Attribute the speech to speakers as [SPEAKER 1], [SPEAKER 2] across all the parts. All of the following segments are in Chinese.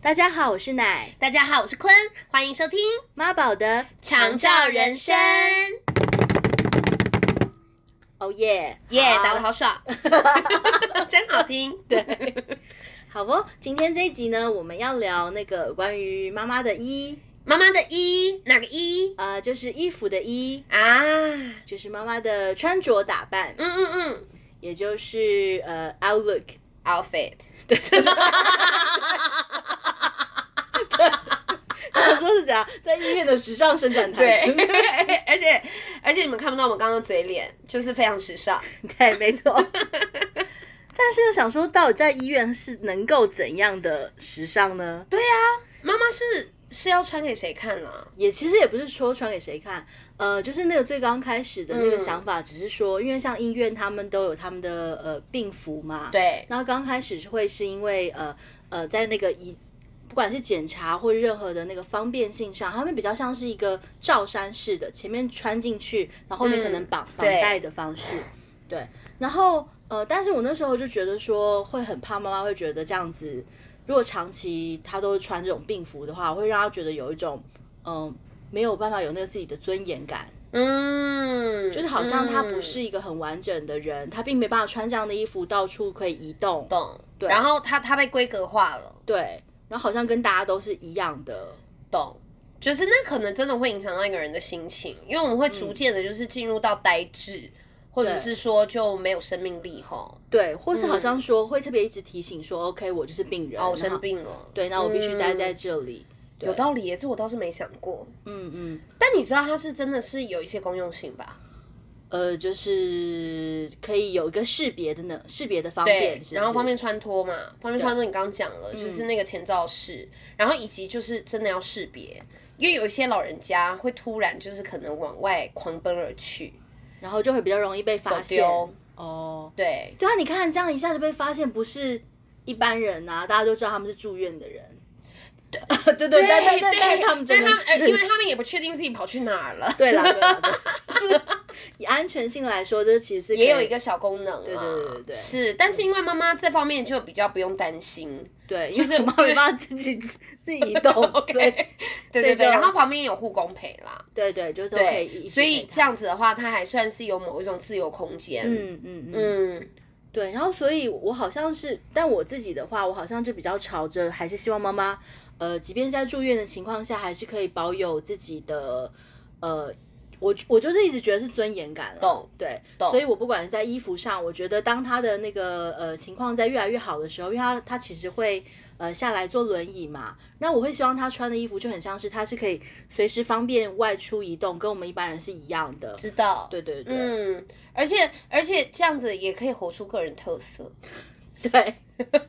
[SPEAKER 1] 大家好，我是奶
[SPEAKER 2] 大家好，我是坤，欢迎收听《
[SPEAKER 1] 妈宝的
[SPEAKER 2] 长照人生》。
[SPEAKER 1] 哦耶
[SPEAKER 2] 耶、打的 好爽，真好听。
[SPEAKER 1] 对，好不？今天这一集呢，我们要聊那个关于妈妈的衣，
[SPEAKER 2] 妈妈的衣哪个衣
[SPEAKER 1] 呃，就是衣服的衣，
[SPEAKER 2] 啊？嗯
[SPEAKER 1] 就是妈妈的穿着打扮，
[SPEAKER 2] 嗯嗯
[SPEAKER 1] 也就是呃 outlook。
[SPEAKER 2] ，outfit
[SPEAKER 1] 对，对想说是怎样在医院的时尚伸展台上？
[SPEAKER 2] 对， 而且而且你们看不到我们刚刚的嘴脸，就是非常时尚。
[SPEAKER 1] 对，没 错。但是又想说，到底在医院是能够怎样的时尚呢？
[SPEAKER 2] 对啊，妈妈是是要穿给谁看了？
[SPEAKER 1] 也其实也不是说传给谁看，呃，就是那个最刚开始的那个
[SPEAKER 2] 嗯
[SPEAKER 1] 想法，只是说，因为像医院他们都有他们的呃病服嘛，，
[SPEAKER 2] 对，
[SPEAKER 1] 然后刚开始是会是因为呃呃在那个一不管是检查或任何的那个方便性上，他们比较像是一个罩衫式的，前面穿进去，然后后面可能
[SPEAKER 2] 嗯
[SPEAKER 1] 绑、绑
[SPEAKER 2] 对
[SPEAKER 1] 带的方式，对。然后呃，但是我那时候就觉得说会很怕妈妈会觉得这样子，如果长期她都穿这种病服的话，会让她觉得有一种嗯、呃没有办法有那个自己的尊严感。
[SPEAKER 2] 嗯，
[SPEAKER 1] 就是好像她不
[SPEAKER 2] 嗯
[SPEAKER 1] 是一个很完整的人，她并没办法穿这样的衣服到处可以移动。
[SPEAKER 2] 懂，然后它它被规格化了。
[SPEAKER 1] 对，然后好像跟大家都是一样的，
[SPEAKER 2] 懂，就是那可能真的会影响到一个人的心情，因为我们会逐渐的，就是进入到呆滞，或者是说就没有生命力吼。
[SPEAKER 1] 对，或是好像说会特别一直提醒说、o k 我就是病人，
[SPEAKER 2] 嗯哦，
[SPEAKER 1] 然后
[SPEAKER 2] 我生，病了，
[SPEAKER 1] 对，那我必须待在
[SPEAKER 2] 嗯
[SPEAKER 1] 这里，对
[SPEAKER 2] 有道理耶，这我倒是没想过。
[SPEAKER 1] 嗯嗯，
[SPEAKER 2] 但你知道它是真的是有一些公用性吧？
[SPEAKER 1] 呃，就是可以有一个识别的呢，识别的方
[SPEAKER 2] 对
[SPEAKER 1] 便，，是不嗯
[SPEAKER 2] 然后
[SPEAKER 1] 是
[SPEAKER 2] 方便，穿脱嘛，方便穿脱你刚刚讲了，就是那个前兆式，然后以及就是真的要识别，因为有一些老人家会突然就是可能往外狂奔而去，
[SPEAKER 1] 然后就会比较容易被发现
[SPEAKER 2] 丢，
[SPEAKER 1] 哦，
[SPEAKER 2] 对，
[SPEAKER 1] 对啊，你看这样一下就被发现，不是一般人啊，大家都知道他们是住院的人， 对对对对
[SPEAKER 2] 对，
[SPEAKER 1] 但是他们真
[SPEAKER 2] 但是
[SPEAKER 1] 的
[SPEAKER 2] 他们，呃因为
[SPEAKER 1] 是。
[SPEAKER 2] 他们也不确定自己跑去哪儿 了。
[SPEAKER 1] 对啦，对啦，对啦就是以安全性来说，这其实是
[SPEAKER 2] 也有
[SPEAKER 1] 可以
[SPEAKER 2] 一个小功能啊，
[SPEAKER 1] 对对对对对
[SPEAKER 2] 是，但是因为妈妈这方面就比较不用担心，
[SPEAKER 1] 对，
[SPEAKER 2] 就是
[SPEAKER 1] 因为我妈没办法自己 自己移 动， 所以所以
[SPEAKER 2] 对对对，
[SPEAKER 1] 就
[SPEAKER 2] 然后旁边有护工陪啦，
[SPEAKER 1] 对对，就是都可以一
[SPEAKER 2] 对，
[SPEAKER 1] 起
[SPEAKER 2] 所以
[SPEAKER 1] 陪她
[SPEAKER 2] 这样子的话，它还算是有某一种自由空间，
[SPEAKER 1] 嗯嗯嗯，
[SPEAKER 2] 嗯，
[SPEAKER 1] 对。然后，所以我好像是，但我自己的话，我好像就比较朝着，还是希望妈妈，呃，即便是在住院的情况下，还是可以保有自己的，呃。我我就是一直觉得是尊严感了，
[SPEAKER 2] 懂
[SPEAKER 1] 对，
[SPEAKER 2] 懂
[SPEAKER 1] 所以我不管是在衣服上，我觉得当她的那个呃情况在越来越好的时候，因为她她其实会呃下来坐轮椅嘛，那我会希望她穿的衣服就很像是她是可以随时方便外出移动，跟我们一般人是一样的，
[SPEAKER 2] 知道，
[SPEAKER 1] 对对对，
[SPEAKER 2] 嗯，而且而且这样子也可以活出个人特色，
[SPEAKER 1] 对。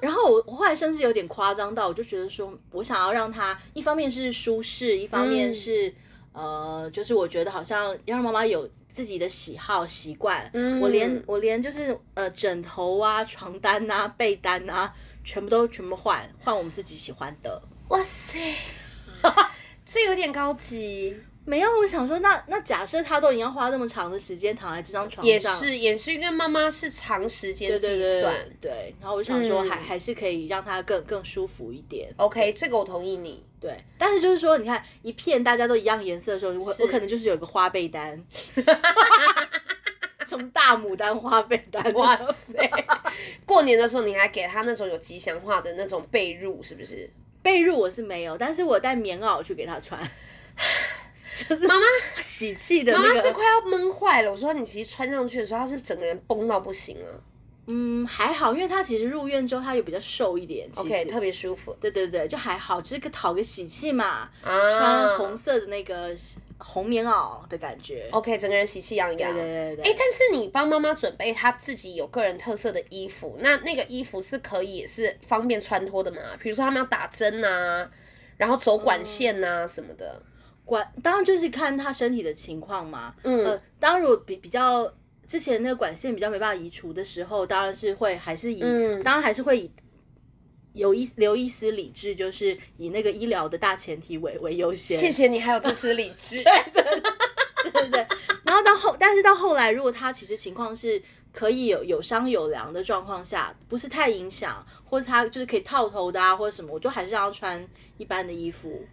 [SPEAKER 1] 然后我我后来甚至有点夸张到，我就觉得说我想要让他一方面是舒适，一方面
[SPEAKER 2] 嗯
[SPEAKER 1] 是、呃，就是我觉得好像要让妈妈有自己的喜好习惯。
[SPEAKER 2] 嗯
[SPEAKER 1] 我连我连就是呃枕头啊、床单啊、被单啊，全部都全部换换我们自己喜欢的。
[SPEAKER 2] 哇塞，这有点高级，
[SPEAKER 1] 没有，我想说那那假设他都已经要花这么长的时间躺在这张床上，
[SPEAKER 2] 也是也是因为妈妈是长时间
[SPEAKER 1] 对对
[SPEAKER 2] 计
[SPEAKER 1] 对
[SPEAKER 2] 算。
[SPEAKER 1] 对。然后我想说
[SPEAKER 2] 嗯
[SPEAKER 1] 还、还是可以让他更更舒服一点。
[SPEAKER 2] OK，这个我同意你。
[SPEAKER 1] 对，但是就是说，你看一片大家都一样颜色的时候，我
[SPEAKER 2] 是
[SPEAKER 1] 我可能就是有一个花被单， 什么大牡丹花被单，
[SPEAKER 2] 哇塞！过年的时候你还给他那种有吉祥话的那种被褥，是不是？
[SPEAKER 1] 被褥我是没有，但是我带棉袄去给他 穿，就是
[SPEAKER 2] 妈妈，
[SPEAKER 1] 喜气的
[SPEAKER 2] 妈
[SPEAKER 1] 那
[SPEAKER 2] 妈是
[SPEAKER 1] 个。
[SPEAKER 2] 快要闷坏了。我说你其实穿上去的时候，他是整个人崩到不行啊了。
[SPEAKER 1] 嗯，还好，因为他其实入院之后他有比较瘦一点，其实
[SPEAKER 2] OK，特别舒服
[SPEAKER 1] 对对对，就还好，就是个讨个喜气嘛，
[SPEAKER 2] 啊。
[SPEAKER 1] 穿红色的那个红棉袄的感觉。
[SPEAKER 2] OK，整个人喜气洋
[SPEAKER 1] 对
[SPEAKER 2] 洋。
[SPEAKER 1] 对对对
[SPEAKER 2] 哎、但是你帮妈妈准备她自己有个人特色的衣服，那那个衣服是可以是方便穿脱的嘛？比如说他们要打针啊，然后走管线啊
[SPEAKER 1] 嗯
[SPEAKER 2] 什么的。
[SPEAKER 1] 管当然就是看他身体的情况嘛。
[SPEAKER 2] 嗯
[SPEAKER 1] 呃，当然如果比比较之前那个管线比较没办法移除的时候，当然是会还是以、
[SPEAKER 2] 嗯
[SPEAKER 1] 当然还是会以有一留一丝理智，就是以那个医疗的大前提为为优先。
[SPEAKER 2] 谢谢你还有这丝理智。
[SPEAKER 1] 对不对？ 然后到后，但是到后来，如果他其实情况是可以有有商有量的状况下，不是太影响，或是他就是可以套头的啊，或者什么，我就还是让他穿一般的衣服。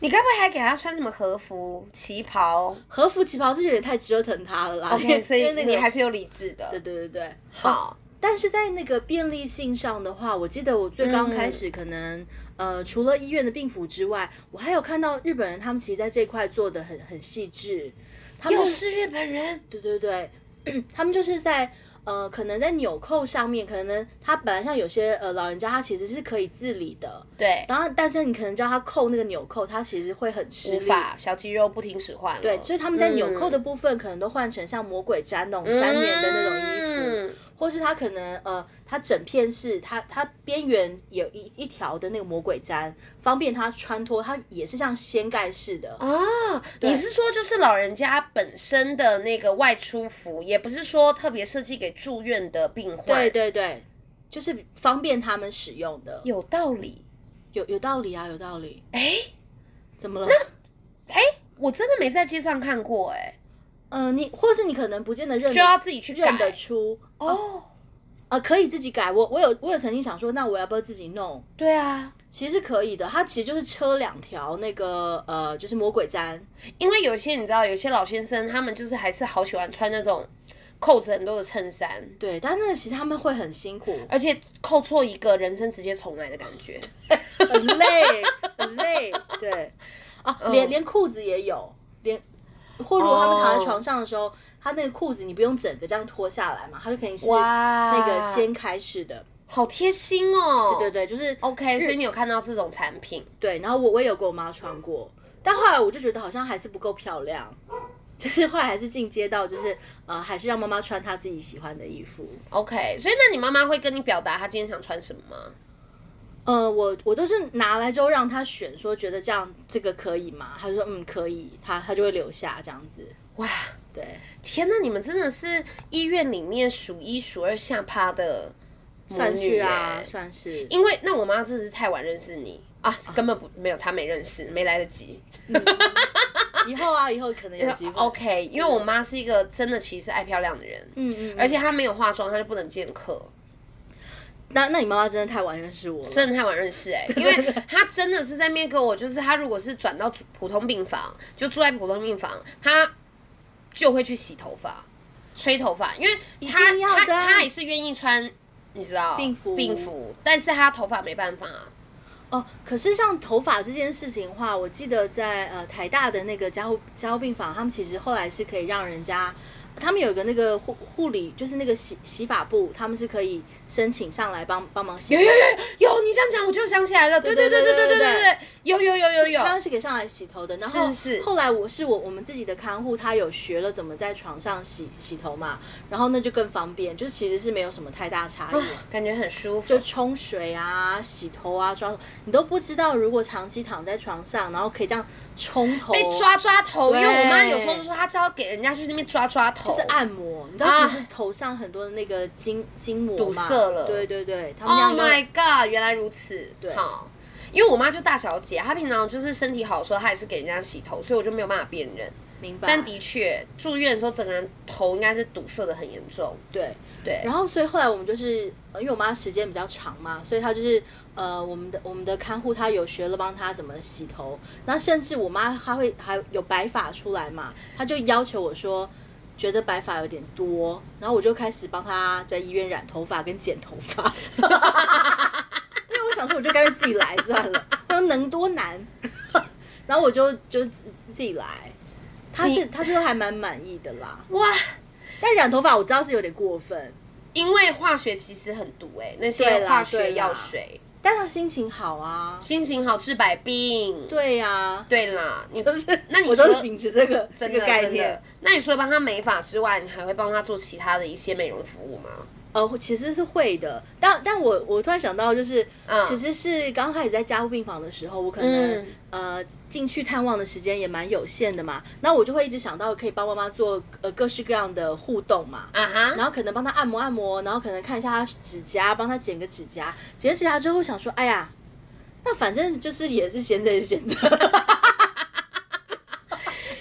[SPEAKER 2] 你该不会还给他穿什么和服、旗袍
[SPEAKER 1] 和服旗袍是有点太折腾他了啦。因为
[SPEAKER 2] ？OK，所以
[SPEAKER 1] 因为那个
[SPEAKER 2] 你还是有理智的。
[SPEAKER 1] 对对对对。
[SPEAKER 2] 好，
[SPEAKER 1] 但是在那个便利性上的话，我记得我最刚开
[SPEAKER 2] 嗯
[SPEAKER 1] 始可能、呃，除了医院的病服之外，我还有看到日本人他们其实在这块做的很很细致，他们
[SPEAKER 2] 又是日本人，
[SPEAKER 1] 对对对， 他们就是在呃，可能在纽扣上面，可能他本来像有些呃老人家，他其实是可以自理的，
[SPEAKER 2] 对，
[SPEAKER 1] 然后但是你可能叫他扣那个纽扣，他其实会很吃
[SPEAKER 2] 无
[SPEAKER 1] 力。
[SPEAKER 2] 法小肌肉不停使唤了。
[SPEAKER 1] 对，所以他们在纽扣的
[SPEAKER 2] 嗯
[SPEAKER 1] 部分可能都换成像魔鬼毡那种粘棉的那种衣服，
[SPEAKER 2] 嗯
[SPEAKER 1] 或是他可能呃，他整片是他他边缘有一一条的那个魔鬼毡，方便他穿脱，它也是像掀盖式的。
[SPEAKER 2] 啊，你是说就是老人家本身的那个外出服，也不是说特别设计给住院的病患，
[SPEAKER 1] 对，对对，就是方便他们使用的。
[SPEAKER 2] 有道理。
[SPEAKER 1] 有有道理啊，有道理。
[SPEAKER 2] 哎、
[SPEAKER 1] 怎么了？
[SPEAKER 2] 我真的没在街上看过、哎，
[SPEAKER 1] 呃，你或是你可能不见得认
[SPEAKER 2] 就要自己去
[SPEAKER 1] 认得
[SPEAKER 2] 改
[SPEAKER 1] 出哦，
[SPEAKER 2] 嗯哦。
[SPEAKER 1] 呃，可以自己改。我我有我有曾经想说，那我要不要自己弄？
[SPEAKER 2] 对啊，
[SPEAKER 1] 其实是可以的，它其实就是车两条那个呃，就是魔鬼毡，
[SPEAKER 2] 因为有些你知道，有些老先生他们就是还是好喜欢穿那种扣子很多的衬衫，
[SPEAKER 1] 对，但那个其实他们会很辛苦，
[SPEAKER 2] 而且扣错一个，人生直接重来的感觉。
[SPEAKER 1] 很累，很累， 对，
[SPEAKER 2] 哦
[SPEAKER 1] 啊，
[SPEAKER 2] 嗯
[SPEAKER 1] 连连裤子也有，连或如果他们躺
[SPEAKER 2] 哦
[SPEAKER 1] 在床上的时候，他那个裤子你不用整个这样脱下来嘛，他就肯定是
[SPEAKER 2] 哇，
[SPEAKER 1] 那个掀开式的，
[SPEAKER 2] 好贴心哦。
[SPEAKER 1] 对对，就是
[SPEAKER 2] ，OK，所以你有看到这种产品，
[SPEAKER 1] 对，然后我我也有给我妈穿过，但后来我就觉得好像还是不够漂亮，就是后来还是进阶到就是呃，还是让妈妈穿她自己喜欢的衣服。
[SPEAKER 2] OK，所以那你妈妈会跟你表达她今天想穿什么吗？
[SPEAKER 1] 呃，我我都是拿来之后让她选，说觉得这样这个可以吗？她就说嗯可以，她她就会留下这样子。
[SPEAKER 2] 哇，
[SPEAKER 1] 对，
[SPEAKER 2] 天呐，你们真的是医院里面数一数二下趴的母女
[SPEAKER 1] 算是啊，
[SPEAKER 2] 耶
[SPEAKER 1] 算是。
[SPEAKER 2] 因为那我妈真的是太晚认识你啊，根本不没有她没认识，没来得及。
[SPEAKER 1] 以后啊，以后可能有机会。
[SPEAKER 2] OK，因为我妈是一个真的其实爱漂亮的人，
[SPEAKER 1] 嗯嗯，
[SPEAKER 2] 而且她没有化妆她就不能见客，
[SPEAKER 1] 那那你妈妈真的太晚认识我了。
[SPEAKER 2] 真的太晚认识 哎、因为她真的是在面给我，就是她如果是转到普普通病房，就住在普通病房，她就会去洗头发、吹头发，因为她
[SPEAKER 1] 定要
[SPEAKER 2] 她
[SPEAKER 1] 的啊
[SPEAKER 2] 她还是愿意穿，你知道
[SPEAKER 1] 病服
[SPEAKER 2] 病服，但是她头发没办法啊，
[SPEAKER 1] 哦，可是像头发这件事情的话，我记得在呃台大的那个加护加护病房，他们其实后来是可以让人家，他们有一个那个护护理，就是那个洗洗发部，他们是可以申请上来帮帮忙洗
[SPEAKER 2] 有。有有有，你这样讲我就想起来了，对对
[SPEAKER 1] 对
[SPEAKER 2] 对对
[SPEAKER 1] 对
[SPEAKER 2] 对对
[SPEAKER 1] 对
[SPEAKER 2] 对对，有有有有有
[SPEAKER 1] 他，们是给上来洗头的，然后
[SPEAKER 2] 是是
[SPEAKER 1] 后来我是我我们自己的看护，他有学了怎么在床上洗洗头嘛，然后那就更方便，就是其实是没有什么太大差异。
[SPEAKER 2] 啊感觉很舒服
[SPEAKER 1] 就。冲水啊、洗头啊、抓头，你都不知道，如果长期躺在床上，然后可以这样冲头，
[SPEAKER 2] 被抓抓头，因为我妈
[SPEAKER 1] 对
[SPEAKER 2] 有时候就说她叫给人家去那边抓抓头，
[SPEAKER 1] 就是按摩，你知道
[SPEAKER 2] 啊
[SPEAKER 1] 其实头上很多的那个筋筋膜
[SPEAKER 2] 堵
[SPEAKER 1] 嘛
[SPEAKER 2] 塞了
[SPEAKER 1] 对对对，他们
[SPEAKER 2] Oh
[SPEAKER 1] 那
[SPEAKER 2] my
[SPEAKER 1] 样
[SPEAKER 2] god！原来如此，
[SPEAKER 1] 对
[SPEAKER 2] 好，因为我妈就大小姐，她平常就是身体好的时候，她也是给人家洗头，所以我就没有办法辨认。
[SPEAKER 1] 明白，
[SPEAKER 2] 但的确，住院的时候整个人头应该是堵塞的很严重。
[SPEAKER 1] 对。
[SPEAKER 2] 对
[SPEAKER 1] 然，后所以后来我们就是，呃因为我妈时间比较长嘛，所以她就是呃，我们的我们的看护她有学了帮她怎么洗头，然后甚至我妈她会还有白发出来嘛，她就要求我说。觉得白发有点多，然后我就开始帮她在医院染头发跟剪头发，因为我想说我就干脆自己来算了，她说能多难，然后我就就自自己来，她是她是还蛮满意的啦，
[SPEAKER 2] 哇，
[SPEAKER 1] 但染头发我知道是有点过分，
[SPEAKER 2] 因为化学其实很毒哎、那
[SPEAKER 1] 对
[SPEAKER 2] 些
[SPEAKER 1] 啦
[SPEAKER 2] 化
[SPEAKER 1] 对
[SPEAKER 2] 学
[SPEAKER 1] 啦
[SPEAKER 2] 药水，
[SPEAKER 1] 但他心情好啊，
[SPEAKER 2] 心情好治百病。
[SPEAKER 1] 对呀、
[SPEAKER 2] 对啦，你
[SPEAKER 1] 就是
[SPEAKER 2] 那你
[SPEAKER 1] 我都
[SPEAKER 2] 除
[SPEAKER 1] 是
[SPEAKER 2] 了
[SPEAKER 1] 秉持这个这
[SPEAKER 2] 真
[SPEAKER 1] 个
[SPEAKER 2] 的
[SPEAKER 1] 概
[SPEAKER 2] 真
[SPEAKER 1] 念
[SPEAKER 2] 的，，那你除了帮她美发之外，你还会帮她做其他的一些美容服务吗？
[SPEAKER 1] 呃，其实是会的。但但我我突然想到，就是、
[SPEAKER 2] 嗯
[SPEAKER 1] 其实是刚开始在加护病房的时候，我可能、
[SPEAKER 2] 嗯
[SPEAKER 1] 呃进去探望的时间也蛮有限的嘛，那我就会一直想到可以帮妈妈做呃各式各样的互动嘛。
[SPEAKER 2] 啊哈，
[SPEAKER 1] 然后可能帮她按摩按摩，然后可能看一下她指甲，帮她剪个指甲。剪了指甲之后想说，哎呀，
[SPEAKER 2] 嗯
[SPEAKER 1] 那反正就是也是闲着也是闲着，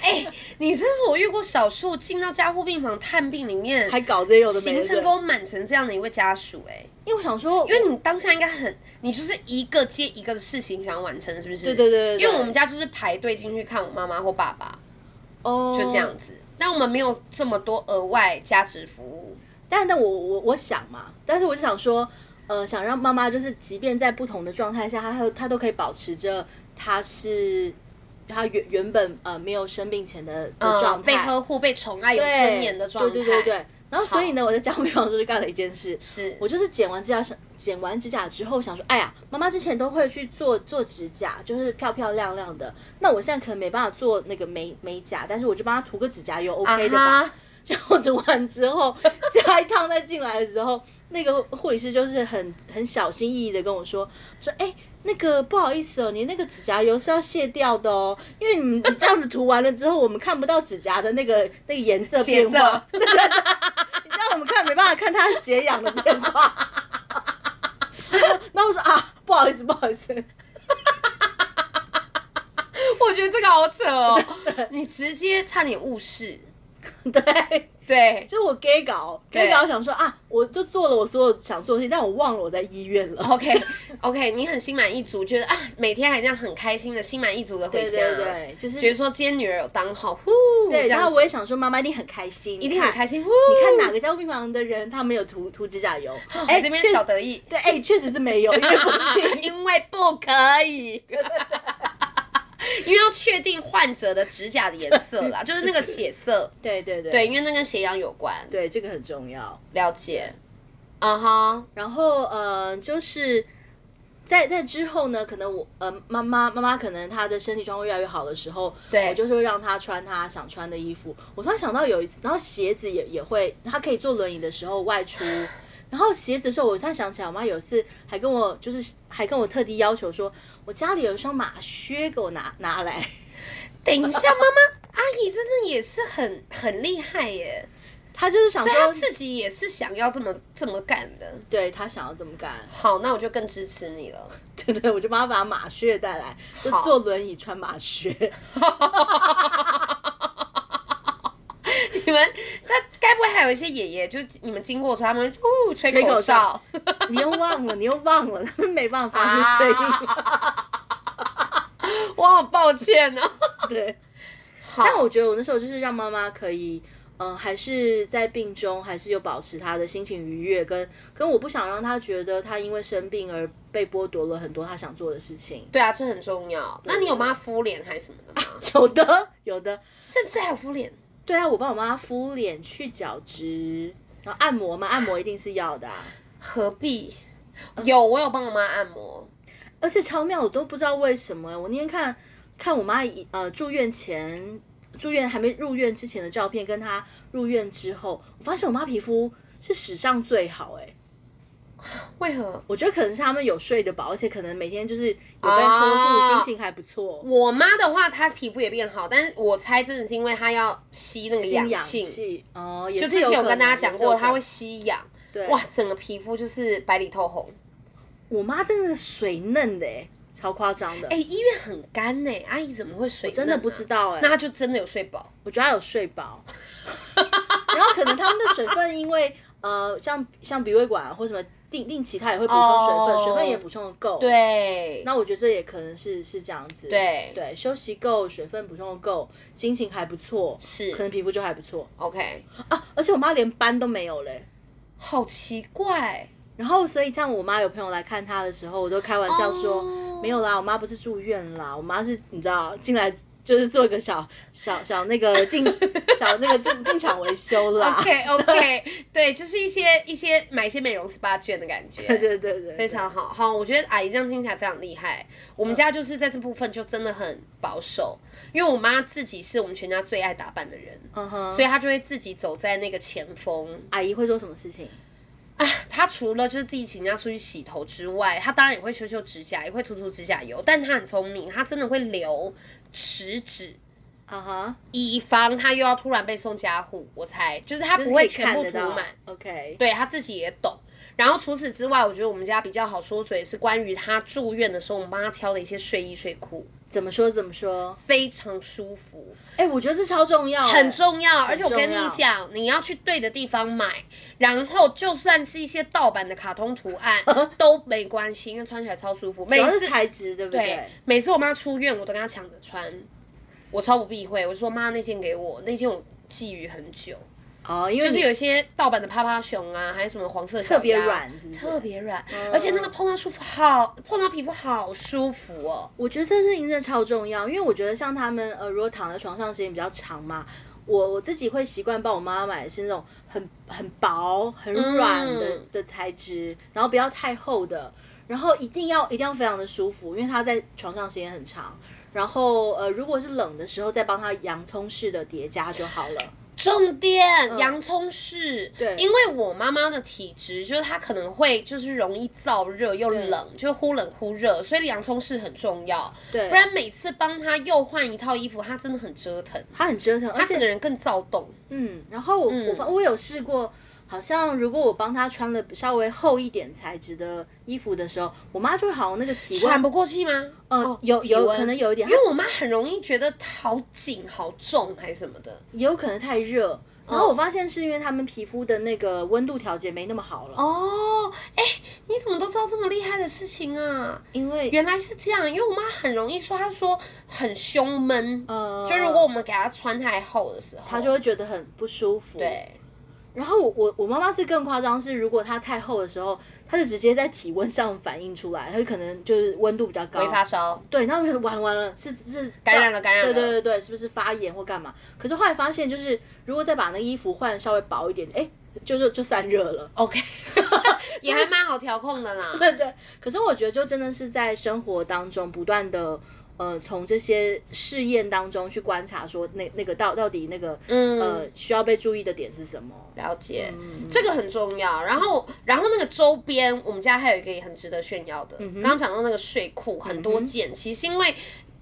[SPEAKER 2] 哎、你真是我遇过少数进到加护病房探病里面，
[SPEAKER 1] 还搞这有的没
[SPEAKER 2] 行
[SPEAKER 1] 的
[SPEAKER 2] 程给我满成这样的一位家属、哎，
[SPEAKER 1] 因为我想说，
[SPEAKER 2] 因为你当下应该很，你就是一个接一个的事情想要完成，是不是？
[SPEAKER 1] 对对对对对
[SPEAKER 2] 因为我们家就是排队进去看我妈妈或爸爸，
[SPEAKER 1] 哦，
[SPEAKER 2] 就这样子。但我们没有这么多额外加值服务，
[SPEAKER 1] 但但我我我想嘛，但是我就想说，呃，想让妈妈就是，即便在不同的状态下，她都她都可以保持着她是她原原本呃没有生病前的的
[SPEAKER 2] 呃，
[SPEAKER 1] 状态，
[SPEAKER 2] 被呵护、被宠爱、有
[SPEAKER 1] 对
[SPEAKER 2] 尊严的状态，
[SPEAKER 1] 对对对对。然后所以呢，我在家护病房的时候就干了一件事，
[SPEAKER 2] 是
[SPEAKER 1] 我就是剪完指甲上，剪完指甲之后想说，哎呀，妈妈之前都会去做做指甲，就是漂漂亮亮的。那我现在可能没办法做那个美美甲，但是我就帮她涂个指甲油，OK 的吧？
[SPEAKER 2] 啊哈，
[SPEAKER 1] 然后读完之后，下一趟再进来的时候，那个护理师就是很很小心翼翼的跟我说，说哎、那个不好意思哦，你那个指甲油是要卸掉的哦，因为你你这样子涂完了之后，我们看不到指甲的那个那个颜色
[SPEAKER 2] 血
[SPEAKER 1] 变化
[SPEAKER 2] 色，
[SPEAKER 1] 对对对，你知道我们看没办法看它血氧的变化。那我说啊，不好意思，不好意思，
[SPEAKER 2] 我觉得这个好扯哦， 你直接差点误事，
[SPEAKER 1] 对，
[SPEAKER 2] 对，
[SPEAKER 1] 就是我 gay 搞
[SPEAKER 2] 对
[SPEAKER 1] ，gay 搞想说啊，我就做了我所有想做的事情，但我忘了我在医院了。
[SPEAKER 2] OK OK，你很心满意足，觉得啊，每天还这样很开心的心满意足的回
[SPEAKER 1] 对
[SPEAKER 2] 家，
[SPEAKER 1] 对对，就是
[SPEAKER 2] 觉得说今天女儿有当好，呼，
[SPEAKER 1] 对，
[SPEAKER 2] 这
[SPEAKER 1] 然后
[SPEAKER 2] 样
[SPEAKER 1] 我
[SPEAKER 2] 子
[SPEAKER 1] 也想说，妈妈一定很开心，
[SPEAKER 2] 一定很开
[SPEAKER 1] 心。
[SPEAKER 2] 心，呼，
[SPEAKER 1] 你看哪个家务病房的人，他没有涂涂指甲油？
[SPEAKER 2] 哎这边
[SPEAKER 1] 确
[SPEAKER 2] 小得意，。
[SPEAKER 1] 对，哎，确实是没有，因为不行
[SPEAKER 2] 因为不可以。 因为要确定患者的指甲的颜色 啦，就是那个血色，
[SPEAKER 1] 对对对
[SPEAKER 2] 对，因为那跟血氧有关，
[SPEAKER 1] 对这个很重要。
[SPEAKER 2] 了解。啊哈，
[SPEAKER 1] 然后呃，就是在在之后呢，可能我呃妈妈妈妈可能她的身体状况越来越好的时候，
[SPEAKER 2] 对
[SPEAKER 1] 我就是会让她穿她想穿的衣服。我突然想到有一次，然后鞋子也也会，她可以坐轮椅的时候外 出。然后鞋子的时候，我突然想起来，我妈有一次还跟我，就是还跟我特地要求说，我家里有一双马靴，给我拿拿来。
[SPEAKER 2] 等一下，妈妈， 阿姨真的也是很很厉害耶，
[SPEAKER 1] 她就是想
[SPEAKER 2] 所以她
[SPEAKER 1] 说，
[SPEAKER 2] 自己也是啊想要这么这么干的。
[SPEAKER 1] 对她想要这么干，
[SPEAKER 2] 好，那我就更支持你了。
[SPEAKER 1] 对对，我就帮她把马靴带来，就
[SPEAKER 2] 好
[SPEAKER 1] 坐轮椅穿马靴。
[SPEAKER 2] 你们那该不会还有一些爷爷，就是你们经过的时候，他们会哦吹
[SPEAKER 1] 吹
[SPEAKER 2] 口
[SPEAKER 1] 口
[SPEAKER 2] 哨啊
[SPEAKER 1] 哨， 你又忘了，你又忘了，他们没办法发出声音。
[SPEAKER 2] 我好抱歉哦。
[SPEAKER 1] 对，
[SPEAKER 2] 好，
[SPEAKER 1] 但我觉得我那时候就是让妈妈可以，嗯、还是在病中，还是有保持她的心情愉悦，跟跟我不想让她觉得她因为生病而被剥夺了很多她想做的事情。
[SPEAKER 2] 对啊，这很重要。那你有帮他敷脸还是什么的吗？
[SPEAKER 1] 有的，有的，
[SPEAKER 2] 甚至还有敷脸，
[SPEAKER 1] 对啊，我帮我妈敷脸、去角质，然后按摩嘛，按摩一定是要的、啊。
[SPEAKER 2] 何必？有，我有帮我妈按摩。
[SPEAKER 1] 而且超妙，我都不知道为什么。我那天看看我妈一呃住院前、住院还没入院之前的照片，跟她入院之后，我发现我妈皮肤是史上最好哎、
[SPEAKER 2] 为何？
[SPEAKER 1] 我觉得可能是他们有睡得饱，而且可能每天就是有被呵护，
[SPEAKER 2] 啊
[SPEAKER 1] 心情还不错。
[SPEAKER 2] 我妈的话，她皮肤也变好，但是我猜真的是因为她要吸那个
[SPEAKER 1] 吸氧
[SPEAKER 2] 气，
[SPEAKER 1] 气哦，也
[SPEAKER 2] 嗯就是之前
[SPEAKER 1] 有
[SPEAKER 2] 有
[SPEAKER 1] 可
[SPEAKER 2] 跟大家
[SPEAKER 1] 能
[SPEAKER 2] 讲
[SPEAKER 1] 也是有
[SPEAKER 2] 过，
[SPEAKER 1] 可
[SPEAKER 2] 她会
[SPEAKER 1] 能
[SPEAKER 2] 吸氧，
[SPEAKER 1] 对
[SPEAKER 2] 哇，整个皮肤就是白里透红。
[SPEAKER 1] 我妈真的是水嫩的哎、超夸张的。
[SPEAKER 2] 哎、医院很干呢、阿姨怎么会水、啊
[SPEAKER 1] 真的不知、道哎、
[SPEAKER 2] 那她就真的有睡饱。
[SPEAKER 1] 我觉得他有睡饱， 然后可能他们的水分因为呃，像像鼻胃管啊或什么定定期，它也会补充水分
[SPEAKER 2] 哦
[SPEAKER 1] 水分也补充的够。，
[SPEAKER 2] 对，
[SPEAKER 1] 那我觉得这也可能是是这样子。
[SPEAKER 2] 对
[SPEAKER 1] 对，休息够，水分补充的够，心情还不错，可
[SPEAKER 2] 是
[SPEAKER 1] 能皮肤就还不错
[SPEAKER 2] OK，
[SPEAKER 1] 啊。而且我妈连斑都没有嘞。
[SPEAKER 2] 好奇怪，
[SPEAKER 1] 然后，所以像我妈有朋友来看她的时候，我都开玩笑说、
[SPEAKER 2] 哦
[SPEAKER 1] 没有啦，我妈不是住院啦，我妈是你知道进来就是做个小小小那个进 小那个进进场维修 啦。
[SPEAKER 2] OK OK，对， 就是一些一些买一些美容 SPA 券的感觉，
[SPEAKER 1] 对对对对，
[SPEAKER 2] 非常好。好，我觉得阿姨这样听起来非常厉害。我们家就是在这部分就真的很保守，因为我妈自己是我们全家最爱打扮的人，
[SPEAKER 1] 对，嗯哼。
[SPEAKER 2] 所以她就会自己走在那个前锋。
[SPEAKER 1] 阿姨会做什么事情？
[SPEAKER 2] 啊，她除了就是自己请人家出去洗头之外，她当然也会修修指甲，也会涂涂指甲油，但她很聪明，她真的会留食指。
[SPEAKER 1] 啊哈，
[SPEAKER 2] 以防她又要突然被送家护，我猜就是她
[SPEAKER 1] 就是
[SPEAKER 2] 不
[SPEAKER 1] 可
[SPEAKER 2] 会
[SPEAKER 1] 以
[SPEAKER 2] 全
[SPEAKER 1] 看
[SPEAKER 2] 部
[SPEAKER 1] 得
[SPEAKER 2] 涂
[SPEAKER 1] 到
[SPEAKER 2] 满，。
[SPEAKER 1] OK，
[SPEAKER 2] 对他自己也懂。然后除此之外，我觉得我们家比较好说嘴是关于他住院的时候，我们帮他挑的一些睡衣睡裤，
[SPEAKER 1] 怎么说怎么说？
[SPEAKER 2] 非常舒服，
[SPEAKER 1] 哎、我觉得这超重要、
[SPEAKER 2] 很重要。而且我
[SPEAKER 1] 重
[SPEAKER 2] 跟你
[SPEAKER 1] 要
[SPEAKER 2] 讲，你要去对的地方买，然后就算是一些盗版的卡通图 案都没关系，因为穿起来超舒服。
[SPEAKER 1] 主
[SPEAKER 2] 每
[SPEAKER 1] 要是
[SPEAKER 2] 次
[SPEAKER 1] 材质，对不
[SPEAKER 2] 对，每次我妈出院，我都跟她抢着穿，我超不避讳，我就说妈那件给我，那件我觊觎很久。
[SPEAKER 1] 哦，因为
[SPEAKER 2] 就是
[SPEAKER 1] 你
[SPEAKER 2] 有一些盗版的趴趴熊啊，还有什么黄色小
[SPEAKER 1] 特别
[SPEAKER 2] 鸭
[SPEAKER 1] 软，是不是？嗯
[SPEAKER 2] 特别软，而且那个碰到舒服好，碰到皮肤好舒服哦。
[SPEAKER 1] 我觉得这件事情真的超重要，因为我觉得像他们呃，如果躺在床上时间比较长嘛，我我自己会习惯帮我妈妈买的是那种很很薄、很软的、
[SPEAKER 2] 嗯
[SPEAKER 1] 的材质，然后不要太厚的，然后一定要一定要非常的舒服，因为她在床上时间很长。然后呃，如果是冷的时候，再帮她洋葱式的叠加就好了。
[SPEAKER 2] 重
[SPEAKER 1] 嗯
[SPEAKER 2] 点，洋葱是，
[SPEAKER 1] 对
[SPEAKER 2] 因为我妈妈的体质就是她可能会就是容易燥热又
[SPEAKER 1] 对
[SPEAKER 2] 冷，就忽冷忽热，所以洋葱是很重要。
[SPEAKER 1] 对
[SPEAKER 2] 不，然每次帮她又换一套衣服，她真的很折腾，
[SPEAKER 1] 她很折腾，而
[SPEAKER 2] 她整
[SPEAKER 1] 且
[SPEAKER 2] 个人更躁动。
[SPEAKER 1] 嗯，然后我、我发我有试过，好像如果我帮她穿了稍微厚一点材质的衣服的时候，我妈就会好像那个体温
[SPEAKER 2] 喘不过气吗？
[SPEAKER 1] 呃
[SPEAKER 2] 哦，
[SPEAKER 1] 有
[SPEAKER 2] 体
[SPEAKER 1] 有
[SPEAKER 2] 温
[SPEAKER 1] 可能有一点
[SPEAKER 2] 因，为我妈很容易觉得好紧、好重还是什么的。
[SPEAKER 1] 也有可能太
[SPEAKER 2] 哦
[SPEAKER 1] 热。然后我发现是因为他们皮肤的那个温度调节没那么好了，
[SPEAKER 2] 哦，哎、你怎么都知道这么厉害的事情啊？
[SPEAKER 1] 因为
[SPEAKER 2] 原来是这样，因为我妈很容易说，她说很胸闷，
[SPEAKER 1] 呃，
[SPEAKER 2] 就如果我们给她穿太厚的时候，
[SPEAKER 1] 她就会觉得很不舒服。，
[SPEAKER 2] 对，
[SPEAKER 1] 然后我我我妈妈是更夸张，是如果她太厚的时候，她就直接在体温上反映出来，她就可能就是温度比较高
[SPEAKER 2] 会，发烧，
[SPEAKER 1] 对，然后就完完了，是是
[SPEAKER 2] 感染了感染了
[SPEAKER 1] 对对对对，是不是发炎或干嘛？可是后来发现，就是如果再把那个衣服换稍微薄一点，哎，就就就散热了。
[SPEAKER 2] ，OK，也还蛮好调控的啦。
[SPEAKER 1] 对对，可是我觉得就真的是在生活当中不断的呃，从这些试验当中去观察，说那那个到到底那个、
[SPEAKER 2] 嗯，
[SPEAKER 1] 呃需要被注意的点是什么？
[SPEAKER 2] 了解，
[SPEAKER 1] 嗯
[SPEAKER 2] 这个很重要。然后，然后那个周边，我们家还有一个也很值得炫耀的。
[SPEAKER 1] 嗯
[SPEAKER 2] 刚刚讲到那个睡裤，很多件，其实因为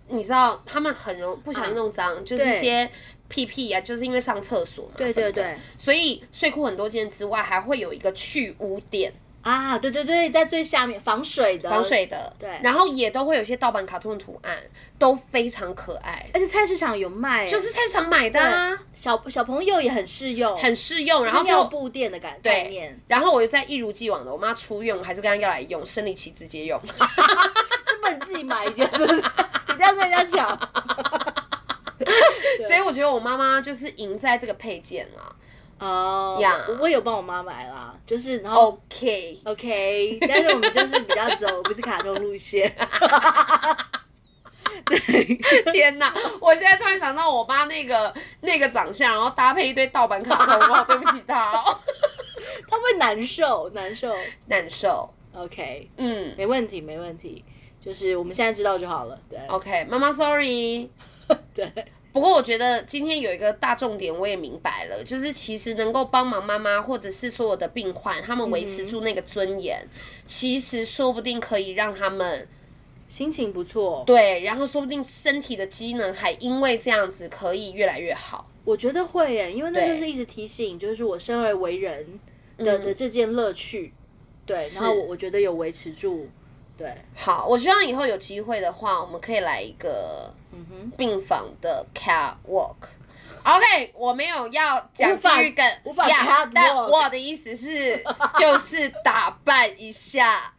[SPEAKER 2] 你知道他们很容不小心弄脏，就是一些屁屁啊，就是因为上厕所嘛，
[SPEAKER 1] 嗯对
[SPEAKER 2] 什么
[SPEAKER 1] 对
[SPEAKER 2] 的
[SPEAKER 1] 对，
[SPEAKER 2] 所以睡裤很多件之外，还会有一个去污点
[SPEAKER 1] 啊，对对对，在最下面防水的
[SPEAKER 2] 防，水的，
[SPEAKER 1] 嗯对
[SPEAKER 2] 然后也都会有一些盗版卡通的图案，都非常可爱，
[SPEAKER 1] 而且菜市场有卖，
[SPEAKER 2] 就是菜场买的、啊，
[SPEAKER 1] 小小朋友也很适用，
[SPEAKER 2] 很适用。然后
[SPEAKER 1] 是尿
[SPEAKER 2] 哦就
[SPEAKER 1] 布垫的感概
[SPEAKER 2] 对
[SPEAKER 1] 念。，
[SPEAKER 2] 然后我就在一如既往的，我妈出院，我还是跟她要来用，生理期直接用。
[SPEAKER 1] 是不能自己买一件，是不是？ 一定要跟人家抢。
[SPEAKER 2] 所以我觉得我妈妈就是赢在这个配件啦。
[SPEAKER 1] 哦、
[SPEAKER 2] 呀
[SPEAKER 1] 我也有帮我妈买啦，就是然
[SPEAKER 2] 哦
[SPEAKER 1] 后
[SPEAKER 2] OK，
[SPEAKER 1] OK，但是我们就是比较走不是卡通路 线。对，
[SPEAKER 2] 天哪！我现在突然想到我妈那个那个长相，然后搭配一堆盗版卡通， 哇，对不起她、哦，
[SPEAKER 1] 他会难受，难受。
[SPEAKER 2] 难受。
[SPEAKER 1] OK，
[SPEAKER 2] 嗯
[SPEAKER 1] 没问题，没问题，就是我们现在知道就好了。对，
[SPEAKER 2] ，OK，妈妈，sorry。
[SPEAKER 1] 对，
[SPEAKER 2] 不过我觉得今天有一个大重点，我也明白了，就是其实能够帮忙妈妈或者是所有的病患，他们维持住那个尊严，其实说不定可以让他们
[SPEAKER 1] 心情不错。
[SPEAKER 2] 对，然后说不定身体的机能还因为这样子可以越来越好。
[SPEAKER 1] 我觉得会耶，因为那
[SPEAKER 2] 对嗯
[SPEAKER 1] 就是一直提醒，就是我生而为人的、的这件乐趣。对，然后我我觉得有维持住。对，
[SPEAKER 2] 好，我希望以后有机会的话，我们可以来一个
[SPEAKER 1] 嗯哼，
[SPEAKER 2] 病房的 cat walk。OK，我没有要讲
[SPEAKER 1] 无法
[SPEAKER 2] 地狱梗，
[SPEAKER 1] 无法
[SPEAKER 2] 呀
[SPEAKER 1] catwalk
[SPEAKER 2] 但我的意思是，就是打扮一下。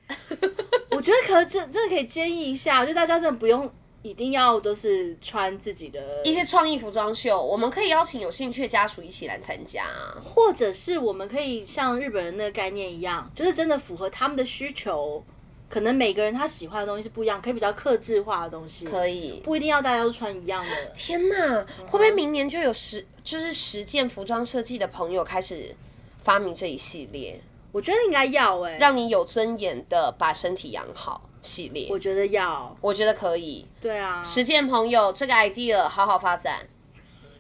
[SPEAKER 1] 我觉得可真真的可以建议一下，就大家真的不用一定要都是穿自己的
[SPEAKER 2] 一些创意服装秀，我们可以邀请有兴趣的家属一起来参加。
[SPEAKER 1] 或者是我们可以像日本人那个概念一样，就是真的符合他们的需求。可能每个人他喜欢的东西是不一样，可以比较克制化的东西，
[SPEAKER 2] 可以。
[SPEAKER 1] 不一定要大家都穿一样的。
[SPEAKER 2] 天哪，会不会明年就有十就是十件服装设计的朋友开始发明这一系列，
[SPEAKER 1] 我觉得应该要哎、
[SPEAKER 2] 让你有尊严的把身体养好系列？
[SPEAKER 1] 我觉得要，
[SPEAKER 2] 我觉得可以。
[SPEAKER 1] 对啊，
[SPEAKER 2] 实践朋友这个 idea 好好发展，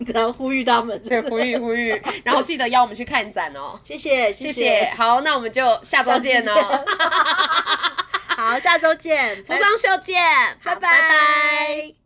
[SPEAKER 1] 只要呼吁他们。
[SPEAKER 2] 对，呼吁呼吁， 然后记得邀我们去看展哦，
[SPEAKER 1] 谢谢，
[SPEAKER 2] 谢
[SPEAKER 1] 谢
[SPEAKER 2] 谢。好，那我们就下周见
[SPEAKER 1] 下周
[SPEAKER 2] 哦，
[SPEAKER 1] 好，下周见，
[SPEAKER 2] 服装秀见，
[SPEAKER 1] 好
[SPEAKER 2] 拜
[SPEAKER 1] 拜拜